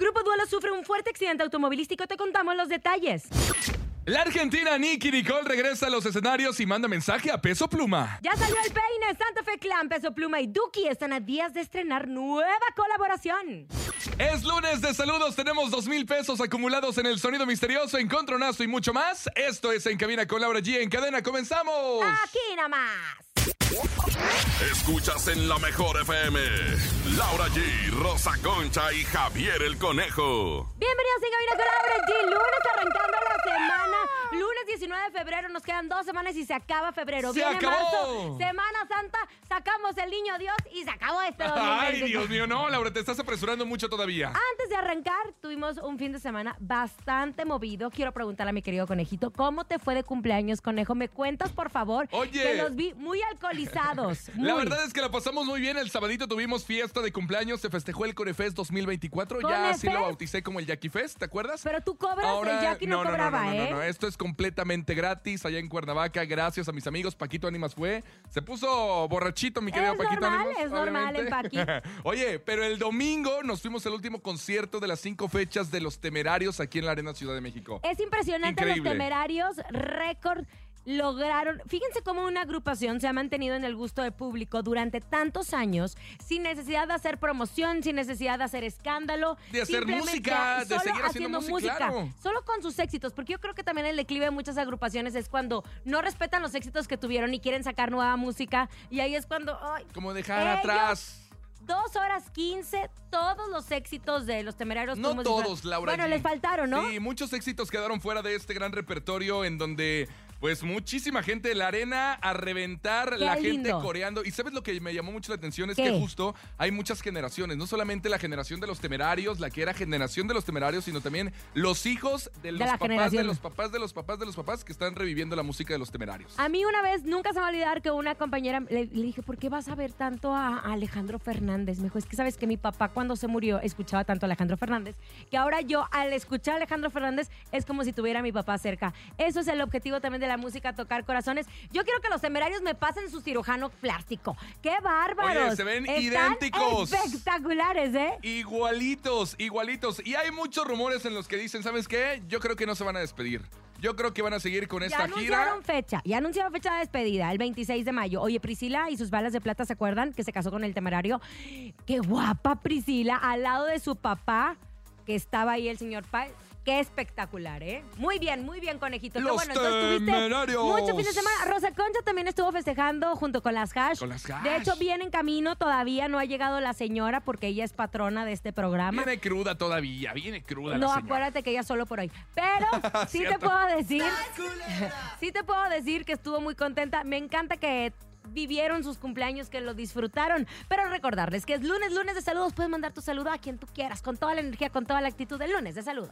Anómalo sufre un fuerte accidente automovilístico. Te contamos los detalles. La argentina Nicky Nicole regresa a los escenarios y manda mensaje a Peso Pluma. Ya salió el peine. Santa Fe Clan, Peso Pluma y Duki están a días de estrenar nueva colaboración. Es lunes de saludos, tenemos dos mil pesos acumulados en el sonido misterioso, encontronazo y mucho más. Esto es En Cabina con Laura G. En cadena, comenzamos. Aquí nomás. Escuchas en la mejor FM. Laura G, Rosa Concha y Javier el Conejo. Bienvenidos en Cabina con Laura G. Lunes arrancando la semana. Lunes 19 de febrero. Nos quedan dos semanas y se acaba febrero. ¡Se Viene acabó! marzo. Semana Santa. Sacamos el niño Dios y se acabó este 2020. Ay, Dios mío, no, Laura, te estás apresurando mucho todavía. Antes de arrancar, tuvimos un fin de semana bastante movido. Quiero preguntarle a mi querido conejito, ¿cómo te fue de cumpleaños, conejo? ¿Me cuentas, por favor? Oye. Que los vi muy alcoholizados. La muy. verdad es que la pasamos muy bien. El sabadito tuvimos fiesta de cumpleaños. Se festejó el Corefest 2024. Ya así lo ¿Corefest? bauticé como el Jackie Fest, ¿te acuerdas? Pero tú cobras, el Jackie no, cobraba, no, no, ¿eh? no, esto es completamente gratis allá en Cuernavaca. Gracias a mis amigos. Paquito Ánimas fue. Se puso borrachito, mi querido Es Paquito normal, Ánimas, es normal el obviamente. Oye, pero el domingo nos fuimos al último concierto de las cinco fechas de los temerarios aquí en la Arena Ciudad de México. Es impresionante, Increíble. los temerarios récord lograron, fíjense cómo una agrupación se ha mantenido en el gusto del público durante tantos años, sin necesidad de hacer promoción, sin necesidad de hacer escándalo, De hacer simplemente música, de solo seguir haciendo música, claro. solo con sus éxitos, porque yo creo que también el declive de muchas agrupaciones es cuando no respetan los éxitos que tuvieron y quieren sacar nueva música, y ahí es cuando, ay, Como dejar Ellos- atrás. Dos horas 15, todos los éxitos de los temerarios. No como si fuera- todos, Laura. Bueno, G. les faltaron, ¿no? Sí, muchos éxitos quedaron fuera de este gran repertorio en donde, pues, muchísima gente de la arena a reventar, Qué la lindo. gente coreando. Y sabes lo que me llamó mucho la atención es ¿Qué? que justo hay muchas generaciones, no solamente la generación de los temerarios, la que era generación de los temerarios, sino también los hijos de los la papás, de generación. los papás, de los papás, de los papás que están reviviendo la música de los temerarios. A mí una vez nunca se me va a olvidar que una compañera le, le dije, ¿por qué vas a ver tanto a, a Alejandro Fernández? Me dijo, es que sabes que mi papá cuando se murió escuchaba tanto a Alejandro Fernández, que ahora yo al escuchar a Alejandro Fernández es como si tuviera a mi papá cerca. Eso es el objetivo también de la música, tocar corazones. Yo quiero que los temerarios me pasen su cirujano plástico. ¡Qué bárbaros! Oye, se ven Están idénticos. Espectaculares, ¿eh? Igualitos, igualitos. Y hay muchos rumores en los que dicen, ¿sabes qué? Yo creo que no se van a despedir. Yo creo que van a seguir con Ya esta gira. anunciaron fecha, ya anunciaron fecha de despedida, el 26 de mayo. Oye, Priscila y sus balas de plata, ¿se acuerdan? Que se casó con el temerario. Qué guapa Priscila, al lado de su papá, que estaba ahí el señor Páez. Qué espectacular, ¿eh? Muy bien, muy bien, conejito. Qué Los bueno, entonces tuviste temerarios. mucho fin de semana. Rosa Concha también estuvo festejando junto con las hash. Con las Hash. De hecho, viene en camino, todavía no ha llegado la señora porque ella es patrona de este programa. Viene cruda todavía, viene cruda. No, la señora. acuérdate que ella solo por hoy. Pero sí te Cierto. puedo decir. sí te puedo decir que estuvo muy contenta. Me encanta que vivieron sus cumpleaños, que lo disfrutaron. Pero recordarles que es lunes, lunes de saludos. Puedes mandar tu saludo a quien tú quieras, con toda la energía, con toda la actitud del lunes de saludos.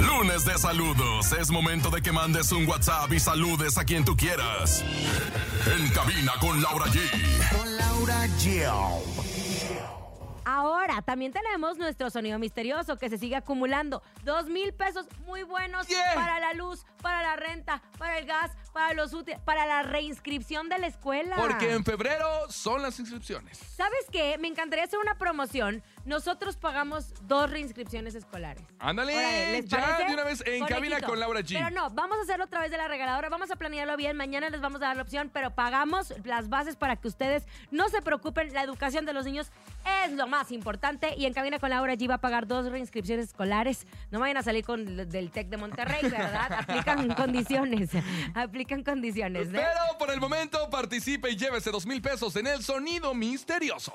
Lunes de saludos. Es momento de que mandes un WhatsApp y saludes a quien tú quieras. En cabina con Laura G. Con Laura G. Ahora también tenemos nuestro sonido misterioso que se sigue acumulando. Dos mil pesos muy buenos Yeah. para la luz, para la renta, para el gas, para los útiles, para la reinscripción de la escuela. Porque en febrero son las inscripciones. ¿Sabes qué? Me encantaría hacer una promoción. Nosotros pagamos dos reinscripciones escolares. Ándale, Órale, ¿les ya parece? de una vez en cabina Conejito. con Laura G. Pero no, vamos a hacerlo otra vez de la regaladora, vamos a planearlo bien, mañana les vamos a dar la opción, pero pagamos las bases para que ustedes no se preocupen, la educación de los niños es lo más importante y en cabina con Laura G va a pagar dos reinscripciones escolares. No vayan a salir con l- del TEC de Monterrey, ¿verdad? Aplican condiciones, aplican condiciones. ¿eh? Pero por el momento participe y llévese dos mil pesos en el sonido misterioso.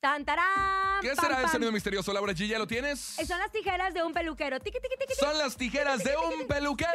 Tan, tarán, ¿Qué pam, será el pam. sonido misterioso, Laura G? ¿Ya lo tienes? Eh, Son las tijeras de un peluquero. Tiqui, tiqui, tiqui, tiqui. Son las tijeras de un peluquero.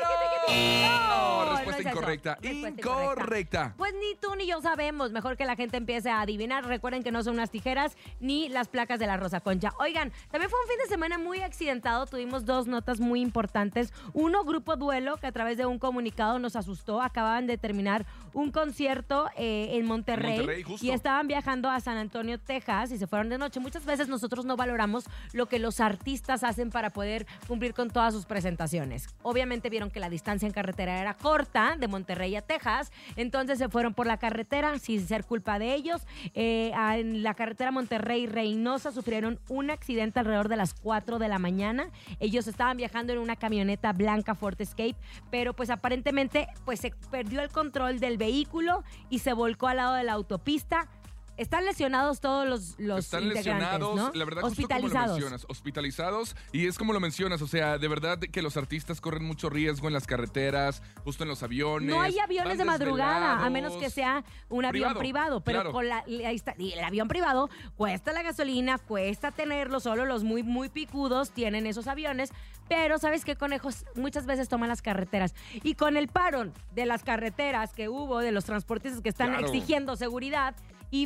No, No, no respuesta es eso. incorrecta. Respuesta incorrecta. Pues ni tú ni yo sabemos. Mejor que la gente empiece a adivinar. Recuerden que no son unas tijeras ni las placas de la Rosa Concha. Oigan, también fue un fin de semana muy accidentado. Tuvimos dos notas muy importantes. Uno, Grupo Duelo, que a través de un comunicado nos asustó. Acababan de terminar un concierto eh, en Monterrey. Monterrey, justo. Y estaban viajando a San Antonio, Texas, y se fueron de noche. Muchas veces nosotros no valoramos lo que los artistas hacen para poder cumplir con todas sus presentaciones. Obviamente vieron que la distancia en carretera era corta, de Monterrey a Texas. Entonces se fueron por la carretera sin ser culpa de ellos. Eh, a- en la carretera Monterrey-Reynosa sufrieron un accidente alrededor de las 4 de la mañana. Ellos estaban viajando en una camioneta blanca Ford Escape, pero pues aparentemente pues se perdió el control del vehículo y se volcó al lado de la autopista. Están lesionados todos los, los Están integrantes, lesionados, ¿no? la verdad, justo como lo hospitalizados. mencionas, hospitalizados, y es como lo mencionas, o sea, de verdad que los artistas corren mucho riesgo en las carreteras, justo en los aviones. No hay aviones van de madrugada, a menos que desvelados. sea un avión Privado, privado. Pero claro. con la, y ahí está, y el avión privado cuesta la gasolina, cuesta tenerlo, solo los muy, muy picudos tienen esos aviones. Pero, ¿sabes qué, conejos? Muchas veces toman las carreteras. Y con el paro de las carreteras que hubo, de los transportistas que están Claro. exigiendo seguridad.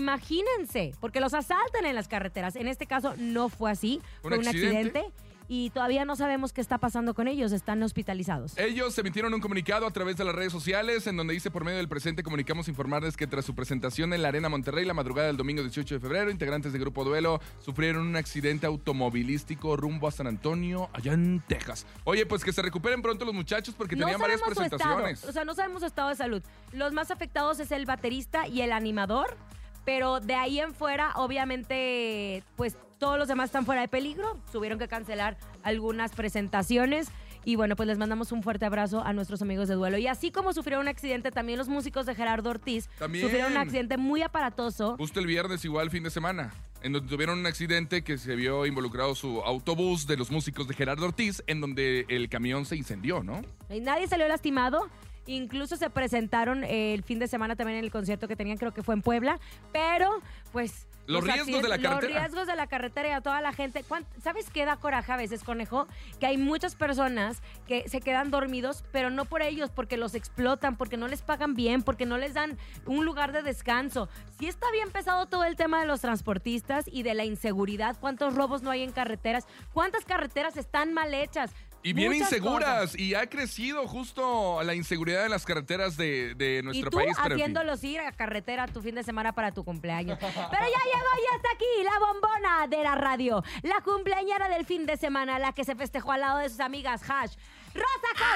Imagínense, porque los asaltan en las carreteras. En este caso no fue así, Un fue un accidente. accidente y todavía no sabemos qué está pasando con ellos. Están hospitalizados. Ellos emitieron un comunicado a través de las redes sociales en donde dice por medio del presente comunicamos informarles que tras su presentación en la Arena Monterrey la madrugada del domingo 18 de febrero, integrantes de Grupo Duelo sufrieron un accidente automovilístico rumbo a San Antonio, allá en Texas. Oye, pues que se recuperen pronto los muchachos porque tenían varias su estado. presentaciones. O sea, no sabemos su estado de salud. Los más afectados es el baterista y el animador, pero de ahí en fuera, obviamente, pues todos los demás están fuera de peligro. Tuvieron que cancelar algunas presentaciones. Y bueno, pues les mandamos un fuerte abrazo a nuestros amigos de duelo. Y así como sufrieron un accidente, también los músicos de Gerardo Ortiz También. sufrieron un accidente muy aparatoso. Justo el viernes, igual fin de semana, en donde tuvieron un accidente que se vio involucrado su autobús de los músicos de Gerardo Ortiz, en donde el camión se incendió, ¿no? Y nadie salió lastimado. Incluso se presentaron eh, el fin de semana también en el concierto que tenían, creo que fue en Puebla. Pero, pues. Los riesgos de la carretera. Los riesgos de la carretera y a toda la gente. ¿Cuán- ¿Sabes qué da coraje a veces, conejo? Que hay muchas personas que se quedan dormidos, pero no por ellos, porque los explotan, porque no les pagan bien, porque no les dan un lugar de descanso. Sí está bien pesado todo el tema de los transportistas y de la inseguridad. ¿Cuántos robos no hay en carreteras? ¿Cuántas carreteras están mal hechas? Y bien Muchas inseguras, cosas. y ha crecido justo la inseguridad en las carreteras de, de nuestro y tú país. pero en fin. haciéndolos ir a carretera tu fin de semana para tu cumpleaños. Pero ya llegó, ya está aquí la bombona de la radio. La cumpleañera del fin de semana, la que se festejó al lado de sus amigas. Hash, Ay,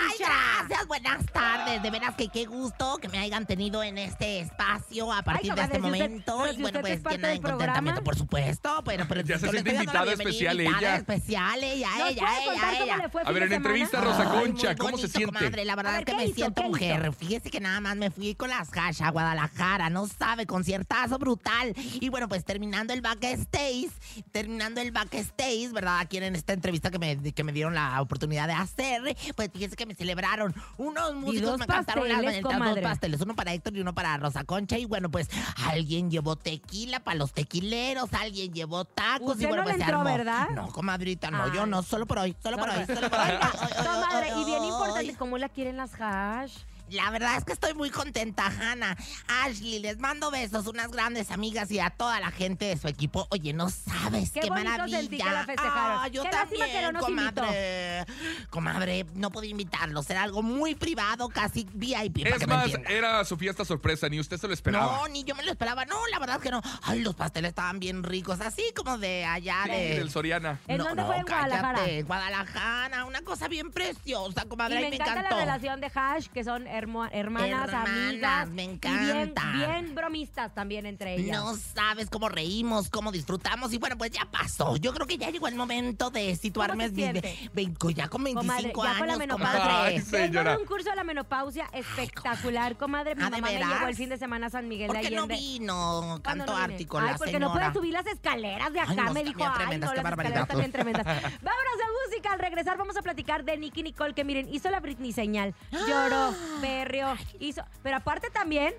Rosa Concha. gracias, buenas tardes. De veras que qué gusto que me hayan tenido en este espacio a partir de comadre, este si usted- momento. pero si y bueno, usted es pues parte llena de del programa. contentamiento, por supuesto. Pero, pero Ya se yo le siente estoy invitada dando la bienvenida, especial invitada ella. especial ella, ¿Nos ella, puedes ella, contar ella. cómo le fue A fin ver, de en semana? entrevista, Rosa Ay, Concha, muy ¿cómo se bonito, siente? comadre, la verdad A ver, que ¿qué me hizo? siento ¿Qué mujer. Fíjese que nada más me fui con las hash a Guadalajara, no sabe, conciertazo brutal. Y bueno, pues terminando el backstage, terminando el backstage, ¿verdad? Aquí en esta entrevista que me, que me dieron la oportunidad de hacer, pues fíjese que me celebraron unos músicos, dos me cantaron las pasteles, mañanitas, dos comadre. pasteles, uno para Héctor y uno para Rosa Concha. Y bueno, pues alguien llevó tequila para los tequileros, alguien llevó tacos. Usted y bueno, no le pues se entró, armó. ¿verdad? No, comadrita, no, Ay. pues, yo no, solo por hoy, solo por hoy, solo por hoy. Ay, ay, ay, Comadre, ay, y bien ay. importante, ¿cómo la quieren las Hash? La verdad es que estoy muy contenta, Hanna. Ashley, les mando besos, unas grandes amigas y a toda la gente de su equipo. Oye, no sabes Qué qué, bonito maravilla. sentí que la festejaron. Ah, yo Qué lástima también, que no nos comadre. Comadre, no pude invitarlos. Era algo muy privado, casi VIP. para que Es me más, entiendan. era su fiesta sorpresa, ni usted se lo esperaba. No, ni yo me lo esperaba. No, la verdad es que no. Ay, los pasteles estaban bien ricos, así como de allá Sí, de. del Soriana. ¿En dónde fue? ¿En Guadalajara? cállate, Guadalajara, una cosa bien preciosa, comadre. y me, ay, me encanta encantó. la relación de Hash, que son hermo- hermanas, Hermanas, amigas. me Y encanta. bien, bien bromistas también entre ellas. No sabes cómo reímos, cómo disfrutamos. Y bueno, pues ya pasó. Yo creo que ya llegó el momento de situarme ¿Cómo se en mis ve- ve- ya con 25 Comadre, ya con la años, menopausia. comadre. Ay, señora. Tengo un curso de la menopausia espectacular, comadre. Mi ¿Ah, de mamá me veras? llevó el fin de semana a San Miguel ¿Por de qué no Allende. vino? ¿Cuándo Canto no vine? ártico, Ay, la porque no señora. puedes subir las escaleras de acá, Ay, no, me está dijo. bien Ay, tremendas, no, qué las escaleras barbaridad. también tremendas. Vámonos a música. Al regresar vamos a platicar de Nicky Nicole, que miren, hizo la Britney señal. Lloró, Ah. perrió, hizo... Pero aparte también,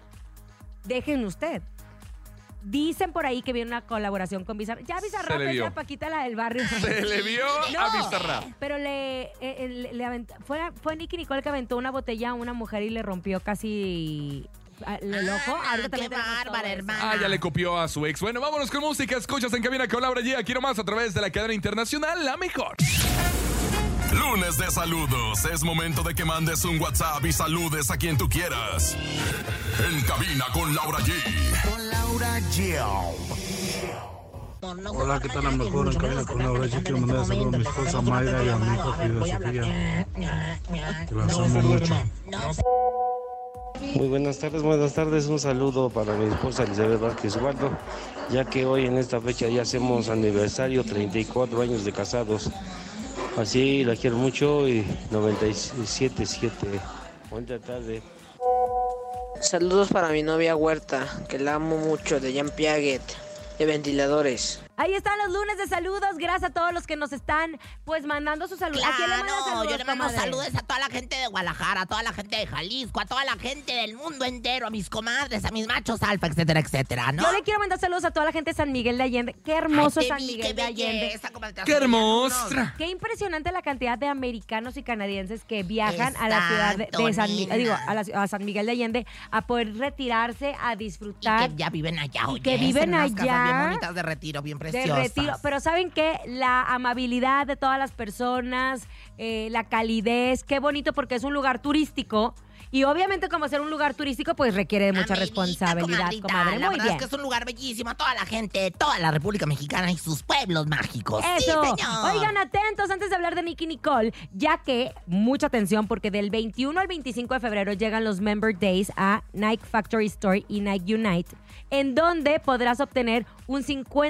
dejen usted. Dicen por ahí que viene una colaboración con Bizarra. Ya Bizarra Se le es vio. la Paquita, la del barrio. Se le vio a No. Bizarrap. Pero le, eh, eh, le- le aventó- fue, fue Nicky Nicole que aventó una botella a una mujer y le rompió casi ah, el ojo. Ah, Ahorita qué también tenemos todo bárbara, eso. hermana. Ah, ya le copió a su ex. Bueno, vámonos con música. Escuchas en cabina con Laura G. Aquí nomás a través de la cadena internacional, la mejor. Lunes de saludos. Es momento de que mandes un WhatsApp y saludes a quien tú quieras. En cabina con Laura G. Con Laura G. Hola, ¿qué tal? A lo mejor en cabina con Laura G. Quiero mandar saludos a mi pues, esposa Mayra y a mi hija Frida Sofía. Que las amo mucho. Muy buenas tardes, buenas tardes. Un saludo para mi esposa Elizabeth Vázquez Waldo, ya que hoy en esta fecha ya hacemos aniversario, 34 años de casados. Así la quiero mucho y 97.7. Buena tarde. Saludos para mi novia Huerta, que la amo mucho, de Jean Piaget, de Ventiladores. Ahí están los lunes de saludos. Gracias a todos los que nos están, pues, mandando sus saludos. ¿A quién le mandas Claro, saludos, yo le mando comadre? saludos a toda la gente de Guadalajara, a toda la gente de Jalisco, a toda la gente del mundo entero, a mis comadres, a mis machos alfa, etcétera, etcétera, ¿no? Yo le quiero mandar saludos a toda la gente de San Miguel de Allende. Qué hermoso Ay, es te San vi, Miguel qué de Allende. belleza, comadre, te ¡Qué vas a mirar hermosa! Qué impresionante la cantidad de americanos y canadienses que viajan a la ciudad de, Exacto, de San Miguel, nena. digo, a, la- a San Miguel de Allende a poder retirarse, a unos- Y disfrutar que ya viven allá, Y oye. que viven en unas Casas bien allá. bonitas de retiro, bien de preciosas. retiro. Pero saben que la amabilidad de todas las personas, eh, la calidez, qué bonito porque es un lugar turístico. Y obviamente como ser un lugar turístico, pues requiere de mucha Amiguita, responsabilidad, comadrita, comadre. La Muy verdad bien. es que es un lugar bellísimo a toda la gente de toda la República Mexicana y sus pueblos mágicos. Sí, Eso. señor. Oigan, atentos antes de hablar de Nicky Nicole, ya que mucha atención porque del 21 al 25 de febrero llegan los Member Days a Nike Factory Store y Nike Unite, en donde podrás obtener un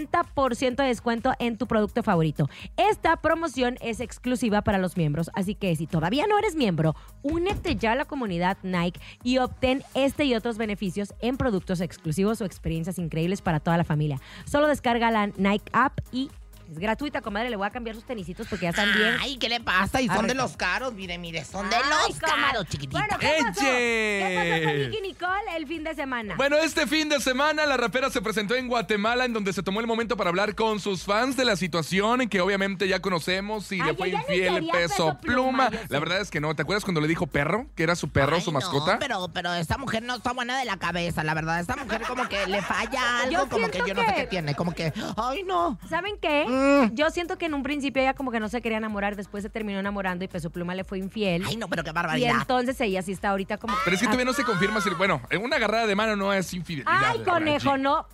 50% de descuento en tu producto favorito. Esta promoción es exclusiva para los miembros, así que si todavía no eres miembro, únete ya a la comunidad Nike y obtén este y otros beneficios en productos exclusivos o experiencias increíbles para toda la familia. Solo descarga la Nike app y es gratuita, comadre. Le voy a cambiar sus tenisitos porque ya están bien. Ay, ¿qué le pasa? Y son Arre. de los caros, mire, mire, son de Ay, los comadre. caros, chiquitita. Bueno, ¿qué pasó? ¿Qué pasó con ¡Eche! Nicky Nicole el fin de semana? Bueno, este fin de semana la rapera se presentó en Guatemala, en donde se tomó el momento para hablar con sus fans de la situación, en que obviamente ya conocemos y Ay, le fue ella ni infiel el quería peso Peso Pluma, pluma. yo La sé. verdad es que no. ¿Te acuerdas cuando le dijo perro? Que era su perro, Ay, su no, mascota. pero, pero esta mujer no está buena de la cabeza, la verdad. Esta mujer como que le falla algo, Yo como que siento yo no sé que- qué tiene, como que, ay, no. ¿Saben qué? Mm. Yo siento que en un principio ella como que no se quería enamorar, después se terminó enamorando y Peso Pluma le fue infiel. Ay, no, pero qué y barbaridad. entonces ella sí está ahorita como... Ah, Pero es que todavía no se confirma si. Bueno, en una agarrada de mano no es infidelidad. Ay, Laura conejo, G. no.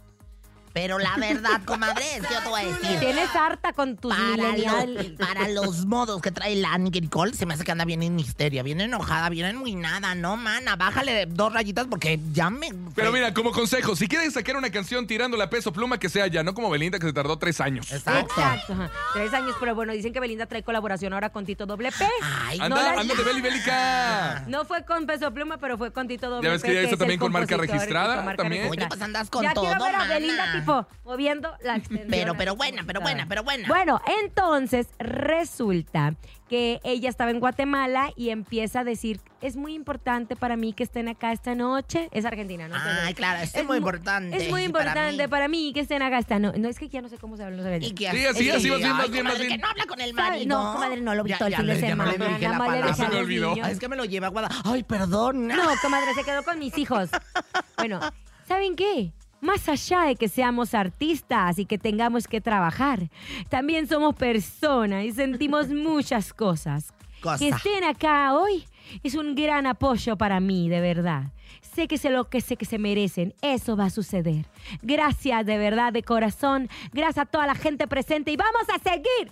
Pero la verdad, comadre, es que yo te voy a decir. Tienes harta con tus Para, millennial. lo- para los modos que trae la Angie Nicole, se me hace que anda bien en histeria, bien enojada, bien enmuinada. No, mana, bájale dos rayitas porque ya me... Pero mira, como consejo, si quieres sacar una canción tirando la peso pluma, que sea ya, no como Belinda que se tardó tres años. Exacto. Exacto. ajá. Tres años, pero bueno, dicen que Belinda trae colaboración ahora con Tito Doble P. Ay, no Anda, la- anda de Beli Bélica. No fue con Peso Pluma, pero fue con Tito Doble ves que P, ya hizo es el también con marca compositor, registrada, con marca también. registrada. Oye, pues andas con ya quiero todo, ver a mana. Belinda, tipo, moviendo la extensión. Pero, pero así buena, como pero estaba. buena, pero buena. Bueno, entonces resulta que ella estaba en Guatemala y empieza a decir, es muy importante para mí que estén acá esta noche. Es argentina, ¿no? Ay, Entonces, claro, esto es muy mu- importante. Es muy y para importante mí. para mí que estén acá esta noche. No, es que ya no sé cómo se habla. No sé. Y que Sí, así, así, más bien, ay, más bien, comadre, más bien. que no habla con el Ay, marido. no, comadre, no lo vi Ya- todo el ya fin de le- ya no semana. le dije Nada la más le palabra. dejé a Se me los olvidó. niños. Ay, es que me lo llevé a Guadalajara. Ay, perdón. No, comadre, se quedó con mis hijos. Bueno, ¿saben qué? Más allá de que seamos artistas y que tengamos que trabajar, también somos personas y sentimos muchas cosas. Cosa. Que estén acá hoy es un gran apoyo para mí, de verdad. Sé que sé lo que sé que se merecen. Eso va a suceder. Gracias, de verdad, de corazón. Gracias a toda la gente presente y vamos a seguir.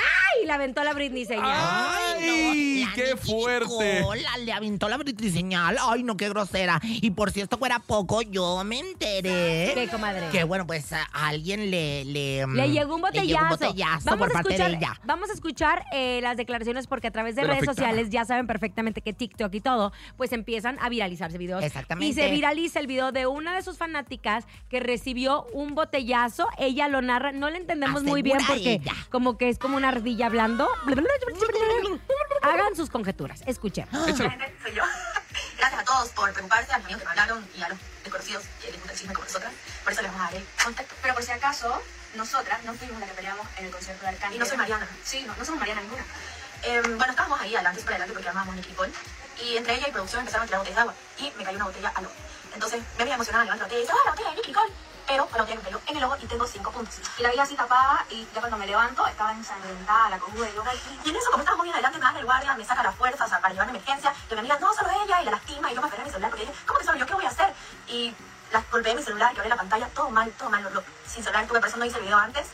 ¡Ay! La aventó la Britney señal. Ah. ¡Ay! La ¡Qué Nicki fuerte! Nicole, la- le aventó la britiseñal. Ay, no, qué grosera. Y por si esto fuera poco, yo me enteré. ¿Qué, comadre? Que bueno, pues a alguien le. Le, mm, Le llegó un le botellazo. llegó un botellazo por parte escuchar, de ella. Vamos a escuchar eh, las declaraciones porque a través de, De la redes afectada. sociales ya saben perfectamente que TikTok y todo, pues empiezan a viralizarse videos. Exactamente. Y se viraliza el video de una de sus fanáticas que recibió un botellazo. Ella lo narra, no le entendemos muy bien Asegura porque ella. como que es como una ardilla hablando. Hagan sus conjeturas. Escuchemos. Échalo. soy yo. Gracias a todos por preocuparse, a los amigos que me hablaron y a los desconocidos que les gusta el chisme como nosotras. Por eso les vamos a dar el contacto. Pero por si acaso, nosotras no fuimos las que peleamos en el concierto de Arcángel. Y no soy Mariana. Sí, no, no somos Mariana ninguna. Eh, bueno, estábamos ahí adelante, súper adelante, porque amábamos Nicky Nicole. Y entre ella y producción empezaron a tirar botellas de agua. Y me cayó una botella al ojo. Entonces me había emocionado, levanto la botella y dije, ¡ah, la botella de Nicky Nicole! Pero la botella me cayó en el ojo y tengo cinco puntos. Y la vi así tapada y ya cuando me levanto estaba ensangrentada, la cojuda y yo ay, Y en eso, como estábamos bien adelante, me agarra el guardia, me saca la fuerza o sea, para llevarme a emergencia. Y mi amiga, no, solo ella, y la lastima. Y yo me aferré a mi celular porque dije, ¿cómo que solo yo? ¿Qué voy a hacer? Y la, golpeé mi celular, que abrí la pantalla, todo mal, todo mal. Lo, lo- sin celular tuve, por eso no hice el video antes.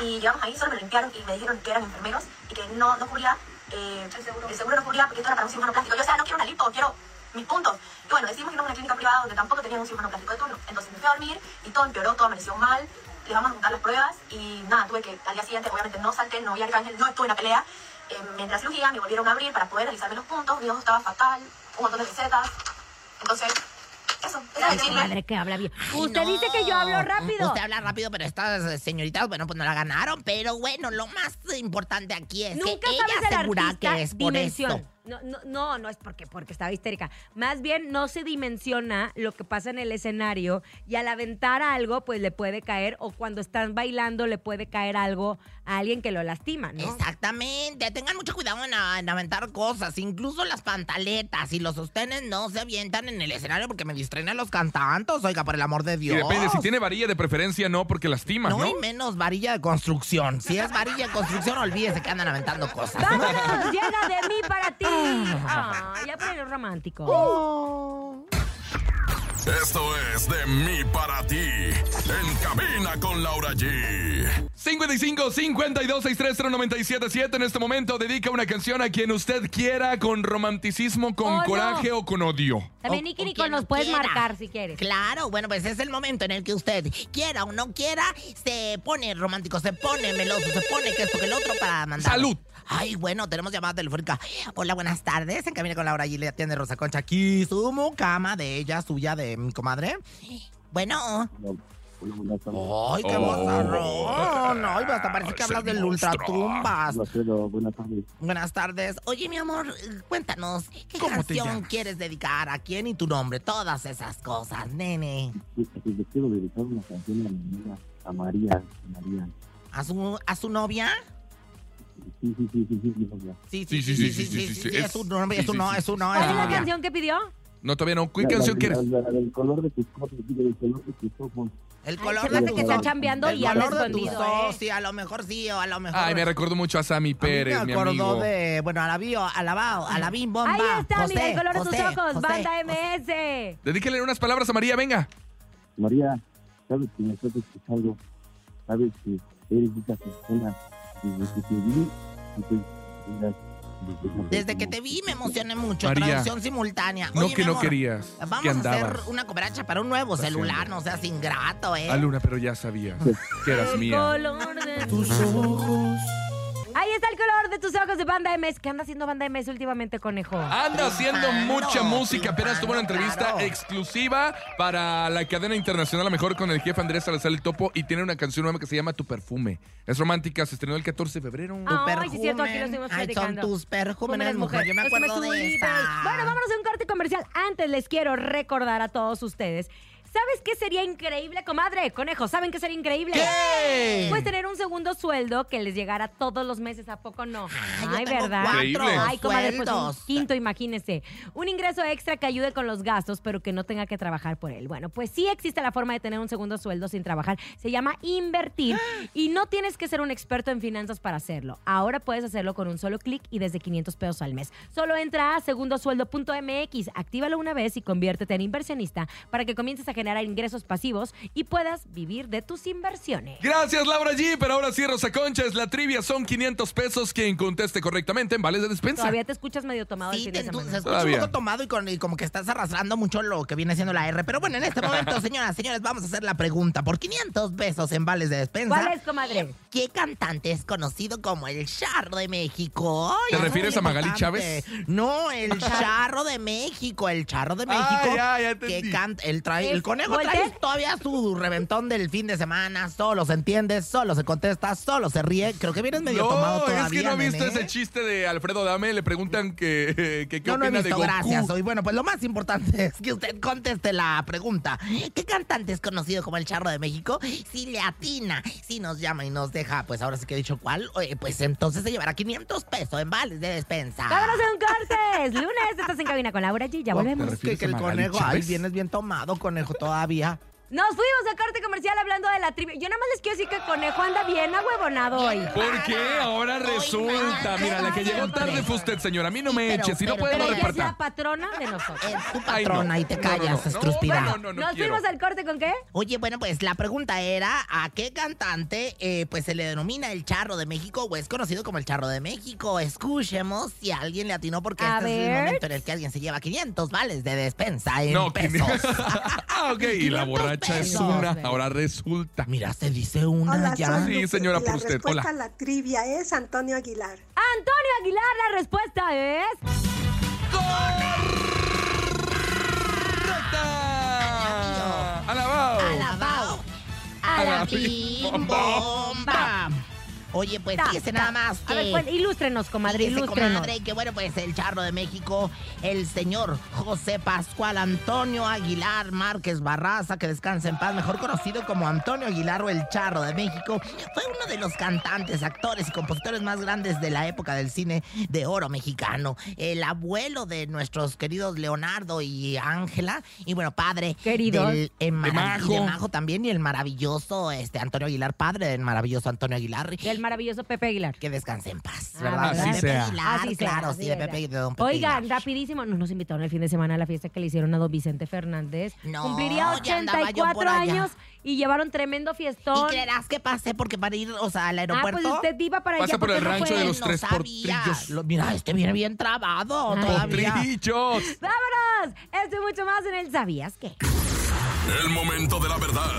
Y llegamos ahí, solo me limpiaron y me dijeron que eran enfermeros y que no, no cubría. eh, El seguro. el seguro no cubría porque esto era para un cirujano plástico. Yo, o sea, no quiero una lipo, quiero mis puntos. Y bueno, decidimos irnos a una clínica privada donde tampoco tenían un cirujano plástico de turno. Entonces me fui a dormir y todo empeoró, todo amaneció mal. Les vamos a juntar las pruebas y nada, tuve que al día siguiente, obviamente no salté, no vi al cángel, no estuve en la pelea. Eh, mientras cirugía me volvieron a abrir para poder realizarme los puntos, mi ojo estaba fatal, un montón de recetas. Entonces, eso, ese es el Su chisme. madre que habla bien. Usted dice que yo hablo rápido. Usted habla rápido, pero estas señoritas, bueno, pues no la ganaron. Pero bueno, lo más importante aquí es Nunca que sabes ella el asegura artista que es por dimensión. eso. No, no, no, no es porque, porque estaba histérica. Más bien no se dimensiona lo que pasa en el escenario y al aventar algo, pues le puede caer, o cuando están bailando, le puede caer algo a alguien que lo lastima, ¿no? Exactamente, tengan mucho cuidado en, a- en aventar cosas, incluso las pantaletas y los sostenes no se avientan en el escenario porque me distraen a los cantantes, oiga, por el amor de Y Dios. depende, si tiene varilla de preferencia, no, porque lastimas, no, ¿no? hay menos varilla de construcción. Si es varilla de construcción, olvídese que andan aventando cosas. ¡Vámonos! ¡Llega de mí para ti! Ah, ya ponen el romántico. Uh, Esto es de mí para ti. En cabina con Laura G. 55 52 63 977 en este momento dedica una canción a quien usted quiera con romanticismo, Oh, con no. coraje o con odio. También, O- Nicky o Nicole, quien nos puedes quiera. marcar si quieres. Claro, bueno, pues es el momento en el que usted, quiera o no quiera, se pone romántico, se pone meloso, se pone que esto que el otro para mandar. ¡Salud! Ay, bueno, tenemos llamada telefónica. Hola, buenas tardes. En camino con Laura G. Le atiende Rosa Concha. Aquí su mucama de ella, suya, de mi comadre. Bueno. Ay, qué Oh. vozarrón. Ay, hasta parece que Ese hablas del monstruo. ultratumbas. buenas tardes. Buenas tardes. Oye, mi amor, cuéntanos, ¿qué ¿Cómo te canción llamas? quieres dedicar? ¿A quién y tu nombre? Todas esas cosas, nene. Le quiero dedicar una canción a mi amiga, a María. María. ¿A su, a su novia? Sí, sí, sí, sí, sí, Sí, Sí, sí, sí, sí, sí, sí, Es es- su nombre, sí, es su sí, no, sí, es su no. ¿Cuál es es su la novia. canción que pidió? No, todavía no. ¿Qué canción quieres? del color de tus ojos, digo, del color de tus ojos. El Ay, color se de me hace tu que está sol. chambeando El y anda color de tus escondido, ojos, ¿eh? sí, a lo mejor sí, o a lo mejor. Ay, me recuerdo mucho a Sammy A mí Pérez, mi me acordó amigo. de, bueno, a la bio, a la bao, a la bim bomba. Ahí está, José, mira, el color de José, tus ojos, José, banda José. MS. Dedíquele unas palabras a María, venga. María, sabes que me estás escuchando, sabes que eres esa persona desde que te vi, entonces, mira, Desde que te vi me emocioné mucho. María. Traducción simultánea. No Oye, que mi no amor, querías, que Vamos a hacer andabas. una cobracha para un nuevo Haciendo. celular, no seas ingrato, ¿eh? A Luna, pero ya sabías que eras El mía. color de tus ojos. Ahí está el color de tus ojos de Banda MS. ¿Qué anda haciendo Banda MS últimamente, conejo? Ah, Anda haciendo Triunfando, mucha música. Apenas tuvo una triunfando, entrevista claro. exclusiva para la cadena internacional, a mejor con el jefe Andrés Salazar el Topo. Y tiene una canción nueva que se llama Tu Perfume. Es romántica, se estrenó el 14 de febrero. Ah, Ay, sí, es cierto, aquí lo estuvimos Ay, son platicando. tus perjúmenes, mujer. Yo me Eso acuerdo estuvo de lindo. esa. Bueno, vámonos a un corte comercial. Antes les quiero recordar a todos ustedes. ¿Sabes qué sería increíble, comadre? Conejo, ¿saben qué sería increíble? Pues tener un segundo sueldo que les llegara todos los meses, ¿a poco no? yo Ay, tengo ¿verdad? cuatro Increíble. Ay, comadre, pues un sueldos. quinto, imagínese. Un ingreso extra que ayude con los gastos, pero que no tenga que trabajar por él. Bueno, pues sí existe la forma de tener un segundo sueldo sin trabajar. Se llama invertir y no tienes que ser un experto en finanzas para hacerlo. Ahora puedes hacerlo con un solo clic y desde 500 pesos al mes. Solo entra a segundosueldo.mx, actívalo una vez y conviértete en inversionista para que comiences a generar ingresos pasivos y puedas vivir de tus inversiones. Gracias, Laura G. Pero ahora sí, Rosa Concha, es la trivia. Son 500 pesos quien conteste correctamente en vales de despensa. Todavía te escuchas medio tomado el Sí, fin te, de entonces, semana. escucha Todavía. un poco tomado y, con- y como que estás arrastrando mucho lo que viene siendo la R. Pero bueno, en este momento, señoras, señores, vamos a hacer la pregunta. Por 500 pesos en vales de despensa, ¿Cuál es, comadre? ¿qué cantante es conocido como el charro de México? Ay, ¿Te es muy refieres a Magali importante. No, el charro de México, el charro de México. Ah, ya, ya que entendí. canta, el, trae, Es el conejo trae Voltaire. todavía su reventón del fin de semana. Solo se entiende, solo se contesta, solo se ríe. Creo que vienes medio No, tomado todavía, es que no he visto nene. ¿eh? ese chiste de Alfredo Dame. Le preguntan que, eh, que qué Yo no he opina de visto, Goku. gracias. Hoy, bueno, pues lo más importante es que usted conteste la pregunta. ¿Qué cantante es conocido como el Charro de México? Si le atina, si nos llama y nos deja, pues ahora sí que he dicho cuál, eh, pues entonces se llevará 500 pesos en vales de despensa. ¡Vámonos a un cortes! Lunes estás en cabina con Laura G. Ya volvemos. Que, refieres que a el Magali conejo, ay, Chávez? vienes bien tomado, conejo, todavía. Nos fuimos a corte comercial hablando de la trivia. Yo nada más les quiero decir que Conejo anda bien ahuevonado hoy. ¿Por qué? Ahora resulta. Mira, la que llegó tarde fue usted, señora. A mí no me Pero- eche, si no pero- puede, no pero ella es reparta. la patrona de nosotros. Tu Ay, no. patrona y te No, callas, no, no. estruspida. No, no, no, no Nos quiero. fuimos al corte con qué? Oye, bueno, pues la pregunta era ¿a qué cantante eh, pues se le denomina el charro de México o es conocido como el charro de México? Escuchemos si alguien le atinó porque A este es el ver. momento en el que alguien se lleva 500 vales de despensa en No, que- pesos. Ah, ok. Y la 500 borracha es pesos. una. Ahora resulta. Mira, se dice una Hola, ya. soy Sí, Lupe, señora, y por usted. La respuesta Hola. a la trivia es Antonio Aguilar. Antonio Aguilar, la respuesta es. ¡Correcta! ¡Alabado! Alabao. A la bim, bim, bom, bam. Oye, pues Ta, fíjese ta. nada más que... A ver, pues, ilústrenos, comadre, Dice, ilústrenos. comadre, que bueno, pues el charro de México, el señor José Pascual Antonio Aguilar Márquez Barraza, que descansa en paz, mejor conocido como Antonio Aguilar o el charro de México, fue uno de los cantantes, actores y compositores más grandes de la época del cine de oro mexicano. El abuelo de nuestros queridos Leonardo y Ángela, y bueno, padre Queridos. del eh, marav- Majo. y de Majo también, y el maravilloso este Antonio Aguilar, padre del maravilloso Antonio Aguilar, Del maravilloso Pepe Aguilar. que descanse en paz, Ah, ¿verdad? Así De Pepe sea. Aguilar, Así sea, claro, así sí, de sea. Pepe, de Don Pepe ah, Oigan, Aguilar. rapidísimo, nos, nos invitaron el fin de semana a la fiesta que le hicieron a don Vicente Fernández. No, Cumpliría ya andaba yo por 84 allá. años y llevaron tremendo ¿Y fiestón. creerás que pasé porque para ir, o sea, al Ah, aeropuerto? pues usted iba para Pasa allá. por el qué no rancho fue? de los tres sabía. potrillos. Lo- mira, este viene bien trabado Ay. todavía. ¡Potrillos! ¡Vámonos! Esto y mucho más en el ¿Sabías qué? El momento de la verdad.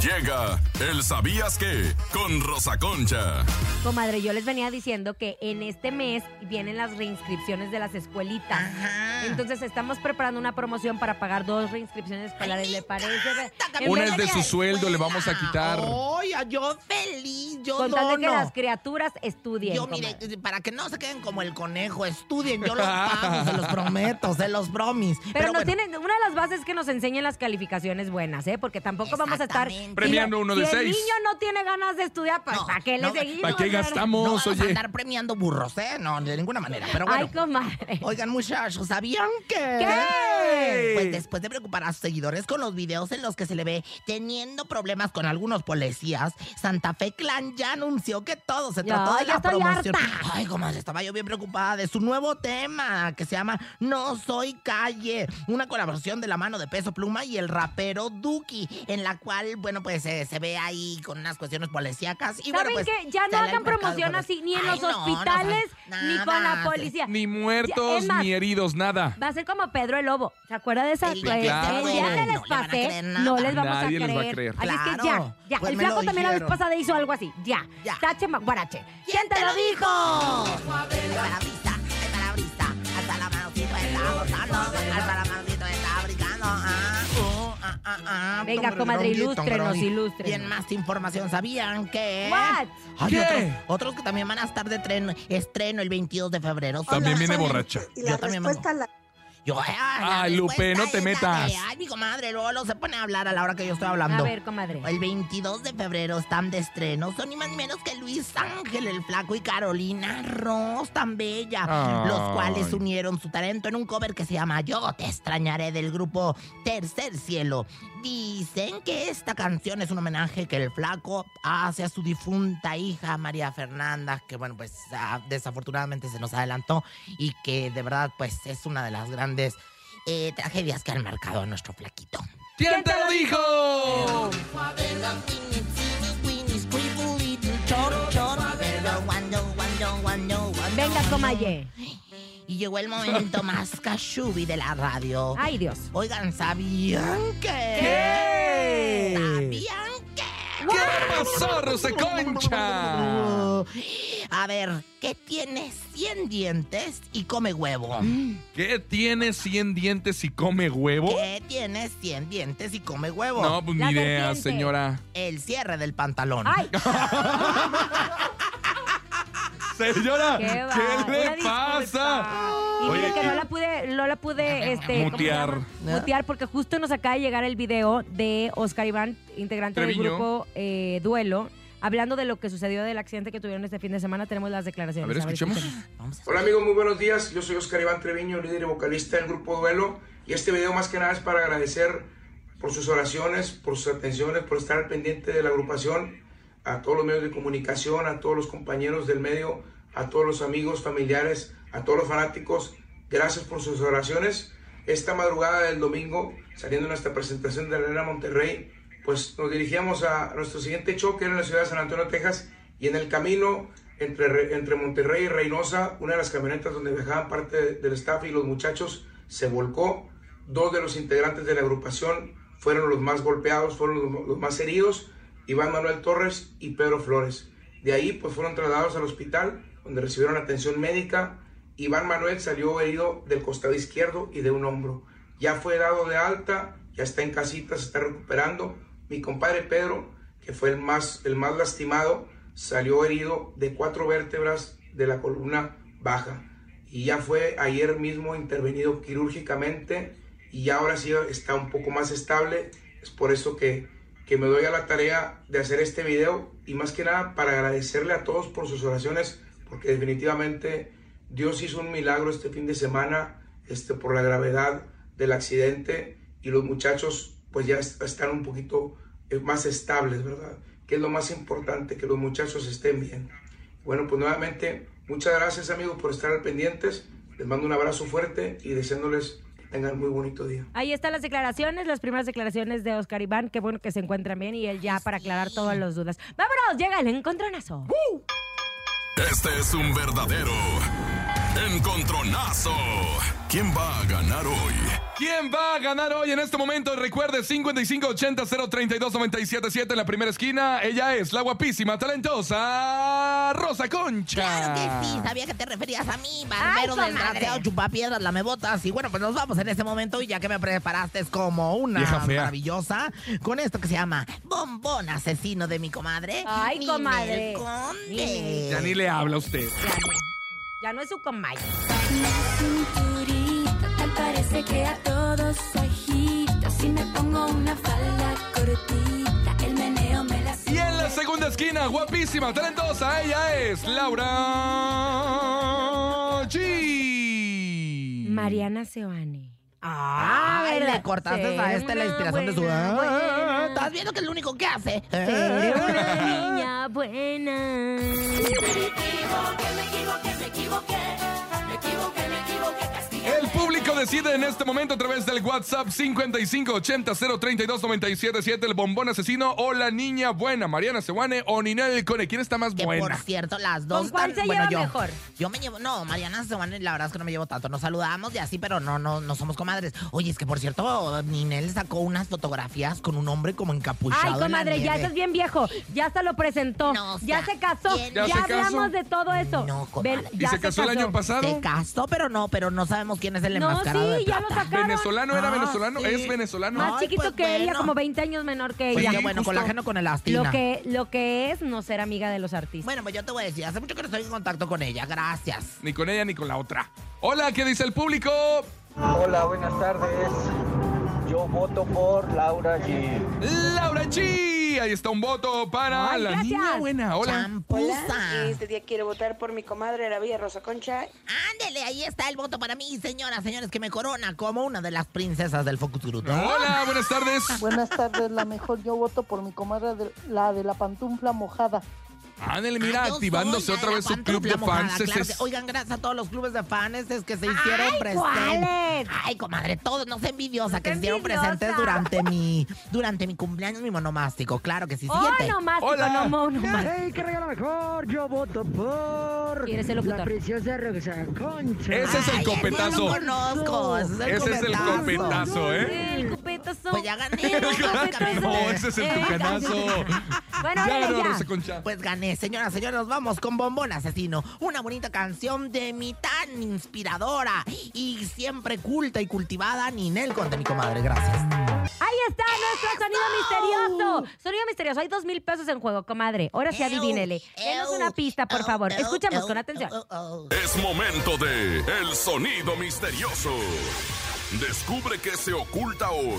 Llega el sabías que con Rosa Concha. Comadre, yo les venía diciendo que en este mes vienen las reinscripciones de las escuelitas. Ajá. Entonces estamos preparando una promoción para pagar dos reinscripciones escolares, ¿le parece? En Una vez es de de su que- sueldo, le vamos a quitar. Oiga, yo feliz, yo Con tal de dono. que las criaturas estudien. yo, mire, comadre. para que no se queden como el conejo, estudien, yo los pago, se los prometo, se los promis. Pero, nos tienen, una de las bases es que nos enseñen las calificaciones buenas, ¿eh? Porque tampoco vamos a estar. Exactamente. Premiando uno de si seis. el niño no tiene ganas de estudiar, pues No, ¿para qué le no, seguimos? ¿Para qué verdad? No gastamos, vamos a oye? andar premiando burros, ¿eh? No, de ninguna manera, pero bueno. Ay, comadre. Oigan, muchachos, ¿sabían que? ¿Qué? Pues después de preocupar a sus seguidores con los videos en los que se le ve teniendo problemas con algunos policías, Santa Fe Clan ya anunció que todo se Ya, trató de ya la estoy promoción. harta. Ay, comadre, estaba yo bien preocupada de su nuevo tema que se llama No Soy Calle, una colaboración de la mano de Peso Pluma y el rapero Duki, en la cual, bueno, pues eh, se ve ahí con unas cuestiones policíacas. Y bueno, ¿Saben pues, qué? Ya se no le ha hagan enmarcado promoción con- así, ni en Ay, los no, no, hospitales, ni con la nada. pues, policía. Ni Ya, muertos, es más, ni heridos, nada. Va a ser como Pedro el Lobo. ¿Se acuerda de esa? Sí, Pues, claro. El día que No le les van a pasé, creer nada. no les vamos Nadie a les creer. va a creer. Así es que Claro. ya, ya. Pues el me lo flaco también la vez dijeron. pasada hizo algo así. Ya. Ya. Tache ma- guarache. ¿Quién te lo dijo? El parabrisa, el parabrisa, hasta la mancito está gozando, hasta la mancito está brincando. Ah, oh, ah, ah, ah. Venga, Tum, comadre, tum, tum, ilústrenos, tum. ilústrenos. Y en más información, ¿sabían que? What? Hay ¿Qué? Otros, otros que también van a estar de tren, estreno el 22 de febrero. También Hola, viene soy borracha. Lupe, Y la Yo también respuesta a la Yo, ay, la Ay, Lupe, respuesta no te es la metas. de, ay, mi comadre, Lolo se pone a hablar a la hora que yo estoy A hablando. ver, comadre. El 22 de febrero están de estreno. Son ni más ni menos que Luis Ángel el Flaco y Carolina Ross, tan bella. Ay. Los cuales unieron su talento en un cover que se llama Yo te extrañaré del grupo Tercer Cielo. Dicen que esta canción es un homenaje que el Flaco hace a su difunta hija María Fernanda, que bueno, pues ah, desafortunadamente se nos adelantó y que de verdad pues es una de las grandes eh, tragedias que han marcado a nuestro flaquito. ¿Quién te lo dijo? Venga, comalle. Y llegó el momento más cashubi de la radio. Ay, Dios. Oigan, ¿sabían que? ¿Qué? ¿Sabían que? ¿Qué pasó, Rosa Concha? A ver, ¿qué tiene 100 dientes y come huevo? ¿Qué tiene 100 dientes y come huevo? ¿Qué tiene 100 dientes y come huevo? No, pues La ni idea, serpiente. señora. El cierre del pantalón. Ay, Señora, qué va. ¿qué Una le disculpa. pasa? Y Oye, mire que y- no la pude, no la pude este, ¿cómo se Mutear. llama? Mutear porque justo nos acaba de llegar el video de Oscar Iván, integrante Treviño. del grupo eh, Duelo, hablando de lo que sucedió del accidente que tuvieron este fin de semana. Tenemos las declaraciones. A ver, escuchemos. Vamos a Hola amigos, muy buenos días. Yo soy Oscar Iván Treviño, líder y vocalista del grupo Duelo. Y este video más que nada es para agradecer por sus oraciones, por sus atenciones, por estar al pendiente de la agrupación, a todos los medios de comunicación, a todos los compañeros del medio, a todos los amigos, familiares, a todos los fanáticos. Gracias por sus oraciones. Esta madrugada del domingo, saliendo de nuestra presentación de la Arena Monterrey, pues nos dirigíamos a nuestro siguiente choque en la ciudad de San Antonio, Texas, y en el camino entre, entre Monterrey y Reynosa, una de las camionetas donde viajaban parte del staff y los muchachos se volcó. Dos de los integrantes de la agrupación fueron los más golpeados, fueron los, los más heridos, Iván Manuel Torres y Pedro Flores. De ahí pues fueron trasladados al hospital donde recibieron atención médica. Iván Manuel salió herido del costado izquierdo y de un hombro. Ya fue dado de alta, ya está en casita, se está recuperando. Mi compadre Pedro, que fue el más, el más lastimado, salió herido de cuatro vértebras de la columna baja. Y ya fue ayer mismo intervenido quirúrgicamente y ya ahora sí está un poco más estable. Es por eso que, que me doy a la tarea de hacer este video y más que nada para agradecerle a todos por sus oraciones porque definitivamente Dios hizo un milagro este fin de semana este, por la gravedad del accidente y los muchachos pues ya están un poquito eh, más estables, ¿verdad? Que es lo más importante, que los muchachos estén bien. Bueno, pues nuevamente, muchas gracias amigos por estar al pendientes. Les mando un abrazo fuerte y deseándoles que tengan muy bonito día. Ahí están las declaraciones, las primeras declaraciones de Oscar Iván. Qué bueno que se encuentran bien y él ya para aclarar todas las dudas. ¡Vámonos! Llega el encontronazo. ¡Uh! Este es un verdadero encontronazo. ¿Quién va a ganar hoy? ¿Quién va a ganar hoy en este momento? Recuerde 5580-032-977 en la primera esquina. Ella es la guapísima, talentosa Rosa Concha. Claro que sí, sabía que te referías a mí, barbero Ay, desgraciado, comadre. chupapiedras, lamebotas. Y bueno, pues nos vamos en este momento y ya que me preparaste como una Vieja fea. maravillosa con esto que se llama Bombón Asesino de mi comadre. Ay, Ninel comadre. Conde. Ninel. Ya ni le habla a usted. Ya no es su comay. cinturita, tal parece que a todos agita. Si me pongo una falda cortita, el meneo me la Y en la segunda esquina, guapísima, talentosa, ella es Laura G. Mariana Seoane. Ay, le cortaste a este la inspiración de su. Ah, Estás viendo que es lo único que hace. Ah. Seré una niña buena. El público decide en este momento a través del WhatsApp 5580-032-977 el bombón asesino o la niña buena, Mariana Sewane o Ninel Cone. ¿Quién está más Por buena? cierto, las dos. ¿Con cuál están- se bueno, lleva yo, mejor? Yo me llevo. No, Mariana Seoane, la verdad es que no me llevo tanto. Nos saludamos y así, pero no, no, no somos comadres. Oye, es que por cierto, Ninel sacó unas fotografías con un hombre como encapuchado. Ay, en la comadre, ya nieve. estás bien viejo. Ya se lo presentó. ya se casó. bien Ya, Ya se casó. hablamos de todo eso. No, comadre. ya Se casó, pero no, pero no sabemos quién es el No, enmascarado. sí, de ya lo plata. sacaron. ¿Venezolano Ah, era venezolano? ¿Es venezolano? Más Ay, chiquito pues que ella, bueno. como 20 años menor que Pues ella. qué bueno, Justo. colágeno con elastina. Lo que, lo que es no ser amiga de los artistas. Bueno, pues yo te voy a decir, hace mucho que no estoy en contacto con ella. Gracias. Ni con ella ni con la otra. Hola, ¿qué dice el público? Hola, buenas tardes. Yo voto por Laura G. Laura G. Ahí está un voto para Ay, la gracias. niña buena. Hola. Hola, este día quiero votar por mi comadre, la Villa Rosa Concha. Ándele, ahí está el voto para mí, señoras, señores, que me corona como una de las princesas del Focus Group. Hola, buenas tardes. Ah, Buenas tardes, la mejor. Yo voto por mi comadre, de- la de la pantufla mojada. Ándale, Ah, mira, activándose otra vez su club de fans. Claro Ese que- es- Oigan, gracias a todos los clubes de fans es que se hicieron Ay, presentes. ¿cuáles? Ay, comadre, todos, no sé envidiosa, que se hicieron envidiosa. presentes durante mi, durante mi cumpleaños, mi monomástico. Claro que sí, Oh, siguiente. nomástico, Hola. no monomástico. ¡Ey, qué regalo mejor! Yo voto por. ¿Quién es el locutor? La preciosa Rosa Concha. Ese es el Ay, copetazo. no lo conozco, ese es el Ese es el copetazo. copetazo, ¿eh? El cupetazo. Pues ya gané, ¿no? No, ese es el tucanazo. Bueno, Ya, órale, no, ya. Rosa Concha. Pues gané, señoras, señores, nos vamos con Bombón Asesino. Una bonita canción de mi tan inspiradora y siempre culta y cultivada Ninel Conde, mi comadre. Gracias. Ahí está nuestro sonido misterioso. Sonido misterioso. Hay dos mil pesos en juego, comadre. Ahora sí, adivínele. Denos una pista, por favor. Escuchamos con atención. Es momento de El Sonido Misterioso. Descubre qué se oculta hoy.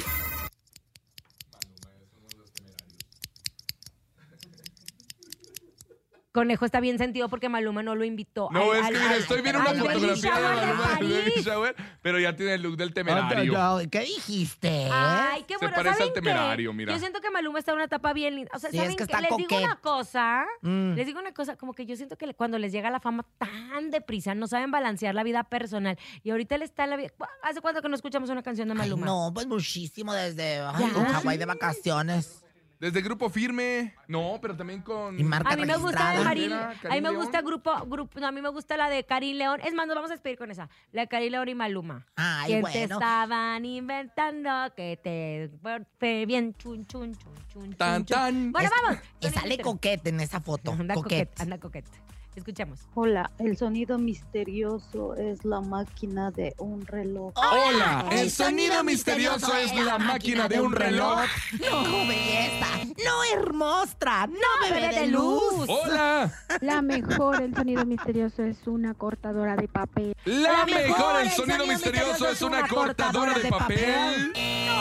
Conejo está bien sentido porque Maluma no lo invitó. No, al- es que al- mira, al- estoy viendo una al baby fotografía de shower Maluma en el baby París. shower, pero ya tiene el look del temerario. Ah, no, ¿Qué dijiste? Ay, qué Se bueno. parece ¿saben al temerario, qué? mira. Yo siento que Maluma está en una etapa bien linda. O sea, Sí, ¿saben es que qué? está Les digo coquet. una cosa. Mm. Les digo una cosa. Como que yo siento que le- cuando les llega la fama tan deprisa, no saben balancear la vida personal. Y ahorita él está en la vida. ¿Cu- ¿Hace cuánto que no escuchamos una canción de Ay, Maluma? no, pues muchísimo desde ay, Ya. Hawái de vacaciones. Desde Grupo Firme, no, pero también con... Y marca A mí me gusta registrada. de Marín. Mira, A mí Karim me León. gusta grupo, grupo. No, a mí me gusta la de Karim León. Es más, nos vamos a despedir con esa. La de Karim León y Maluma. Ay, que te bueno. estaban inventando que te porte bien chun chun chun chun chun, Tan, chun. tan. Bueno, Es- vamos. Eh, sale coquete en esa foto. Anda coquete. coquete. anda coquete. Escuchamos. Hola, el sonido misterioso es la máquina de un reloj. Hola, el sonido misterioso es la máquina de un reloj. No, belleza. No, hermostra. No, bebé de luz. Hola, La mejor, el sonido misterioso es una cortadora de papel. la mejor, el sonido misterioso es una cortadora de papel.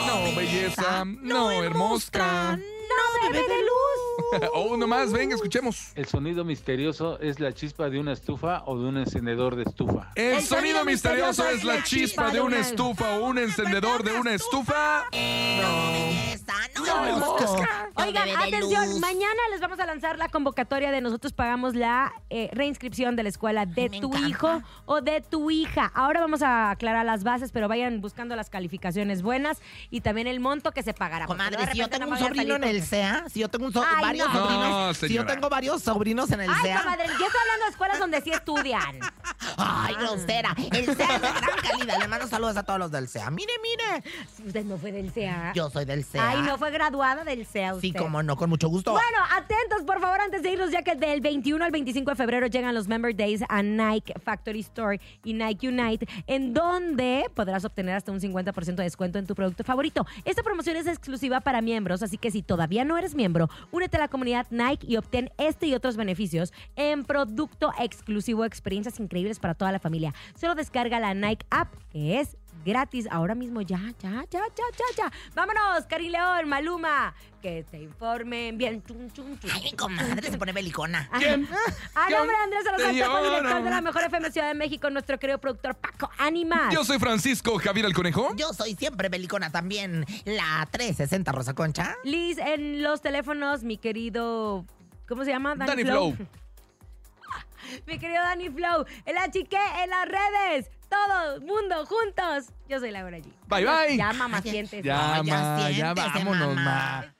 No, belleza, no, hermosa. No, bebé de luz. O uno más, venga, escuchemos. El sonido misterioso es la chispa de una estufa o de un encendedor de estufa. El sonido misterioso es la chispa de una estufa o un encendedor de una estufa. No, mosca. Oigan, bebé de atención, luz. mañana les vamos a lanzar la convocatoria de nosotros pagamos la eh, reinscripción de la escuela de tu hijo o de tu hija. Ahora vamos a aclarar las bases, pero vayan buscando las calificaciones buenas y también el monto que se pagará. porque luego Comadre, de si yo repente tengo no un voy a sobrino en salir el con- SEA, si yo tengo un so- Ay, varios no. sobrinos, No, si yo señora. tengo varios sobrinos en el Ay, SEA. comadre, yo estoy hablando de escuelas donde sí estudian. Ay, grosera. El SEA es de gran calidad. Le mando saludos a todos los del SEA. Mire, mire. Usted no fue del CEA. Yo soy del SEA. Ay, no fue graduada del CEA usted. Sí, como no, con mucho gusto. Bueno, atentos, por favor, antes de irnos, ya que del 21 al 25 de febrero llegan los Member Days a Nike Factory Store y Nike Unite, en donde podrás obtener hasta un 50% de descuento en tu producto favorito. Esta promoción es exclusiva para miembros, así que si todavía no eres miembro, únete a la comunidad Nike y obtén este y otros beneficios en producto exclusivo, experiencias increíbles para toda la familia. Solo descarga la Nike App, que es gratis ahora mismo. Ya, ya, ya, ya, ya, ya. Vámonos, Cari León, Maluma. Que te informen bien. Chun, chun, Ah, chun. Ay, mi comadre se pone belicona. A nombre de Andrés Salazar, Paco, director Señora. de la Mejor FM Ciudad de México, nuestro querido productor Paco Animal. Yo soy Francisco Javier el Ah. Conejo. Yo soy siempre belicona también. La 360 Rosa Concha. Liz, en los teléfonos, mi querido. ¿Cómo se llama? Dani Flow. Mi querido Dani Flow. En la chique, en las redes. Todo mundo juntos. Yo soy Laura G. Bye, bye. Ya, mamá, sientes. Ya, ma, ya vámonos, ma.